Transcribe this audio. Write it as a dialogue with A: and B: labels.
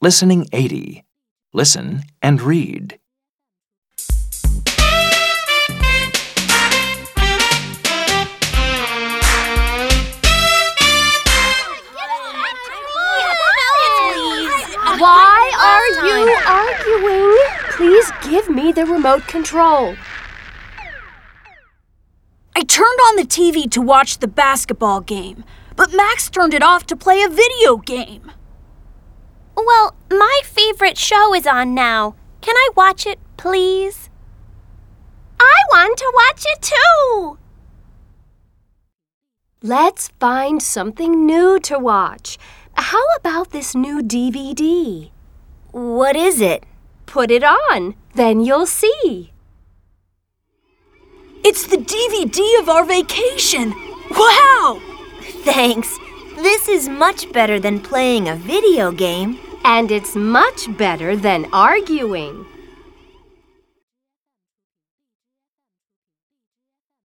A: Listening 80. Listen and read.
B: Why are you arguing? Please give me the remote control.
C: I turned on the TV to watch the basketball game, but Max turned it off to play a video game.
D: Well, my favorite show is on now. Can I watch it, please? I want to watch it too!
B: Let's find something new to watch. How about this new DVD?
D: What is it?
B: Put it on, then you'll see.
C: It's the DVD of our vacation. Wow!
D: Thanks. This is much better than playing a video game.
B: And it's much better than arguing.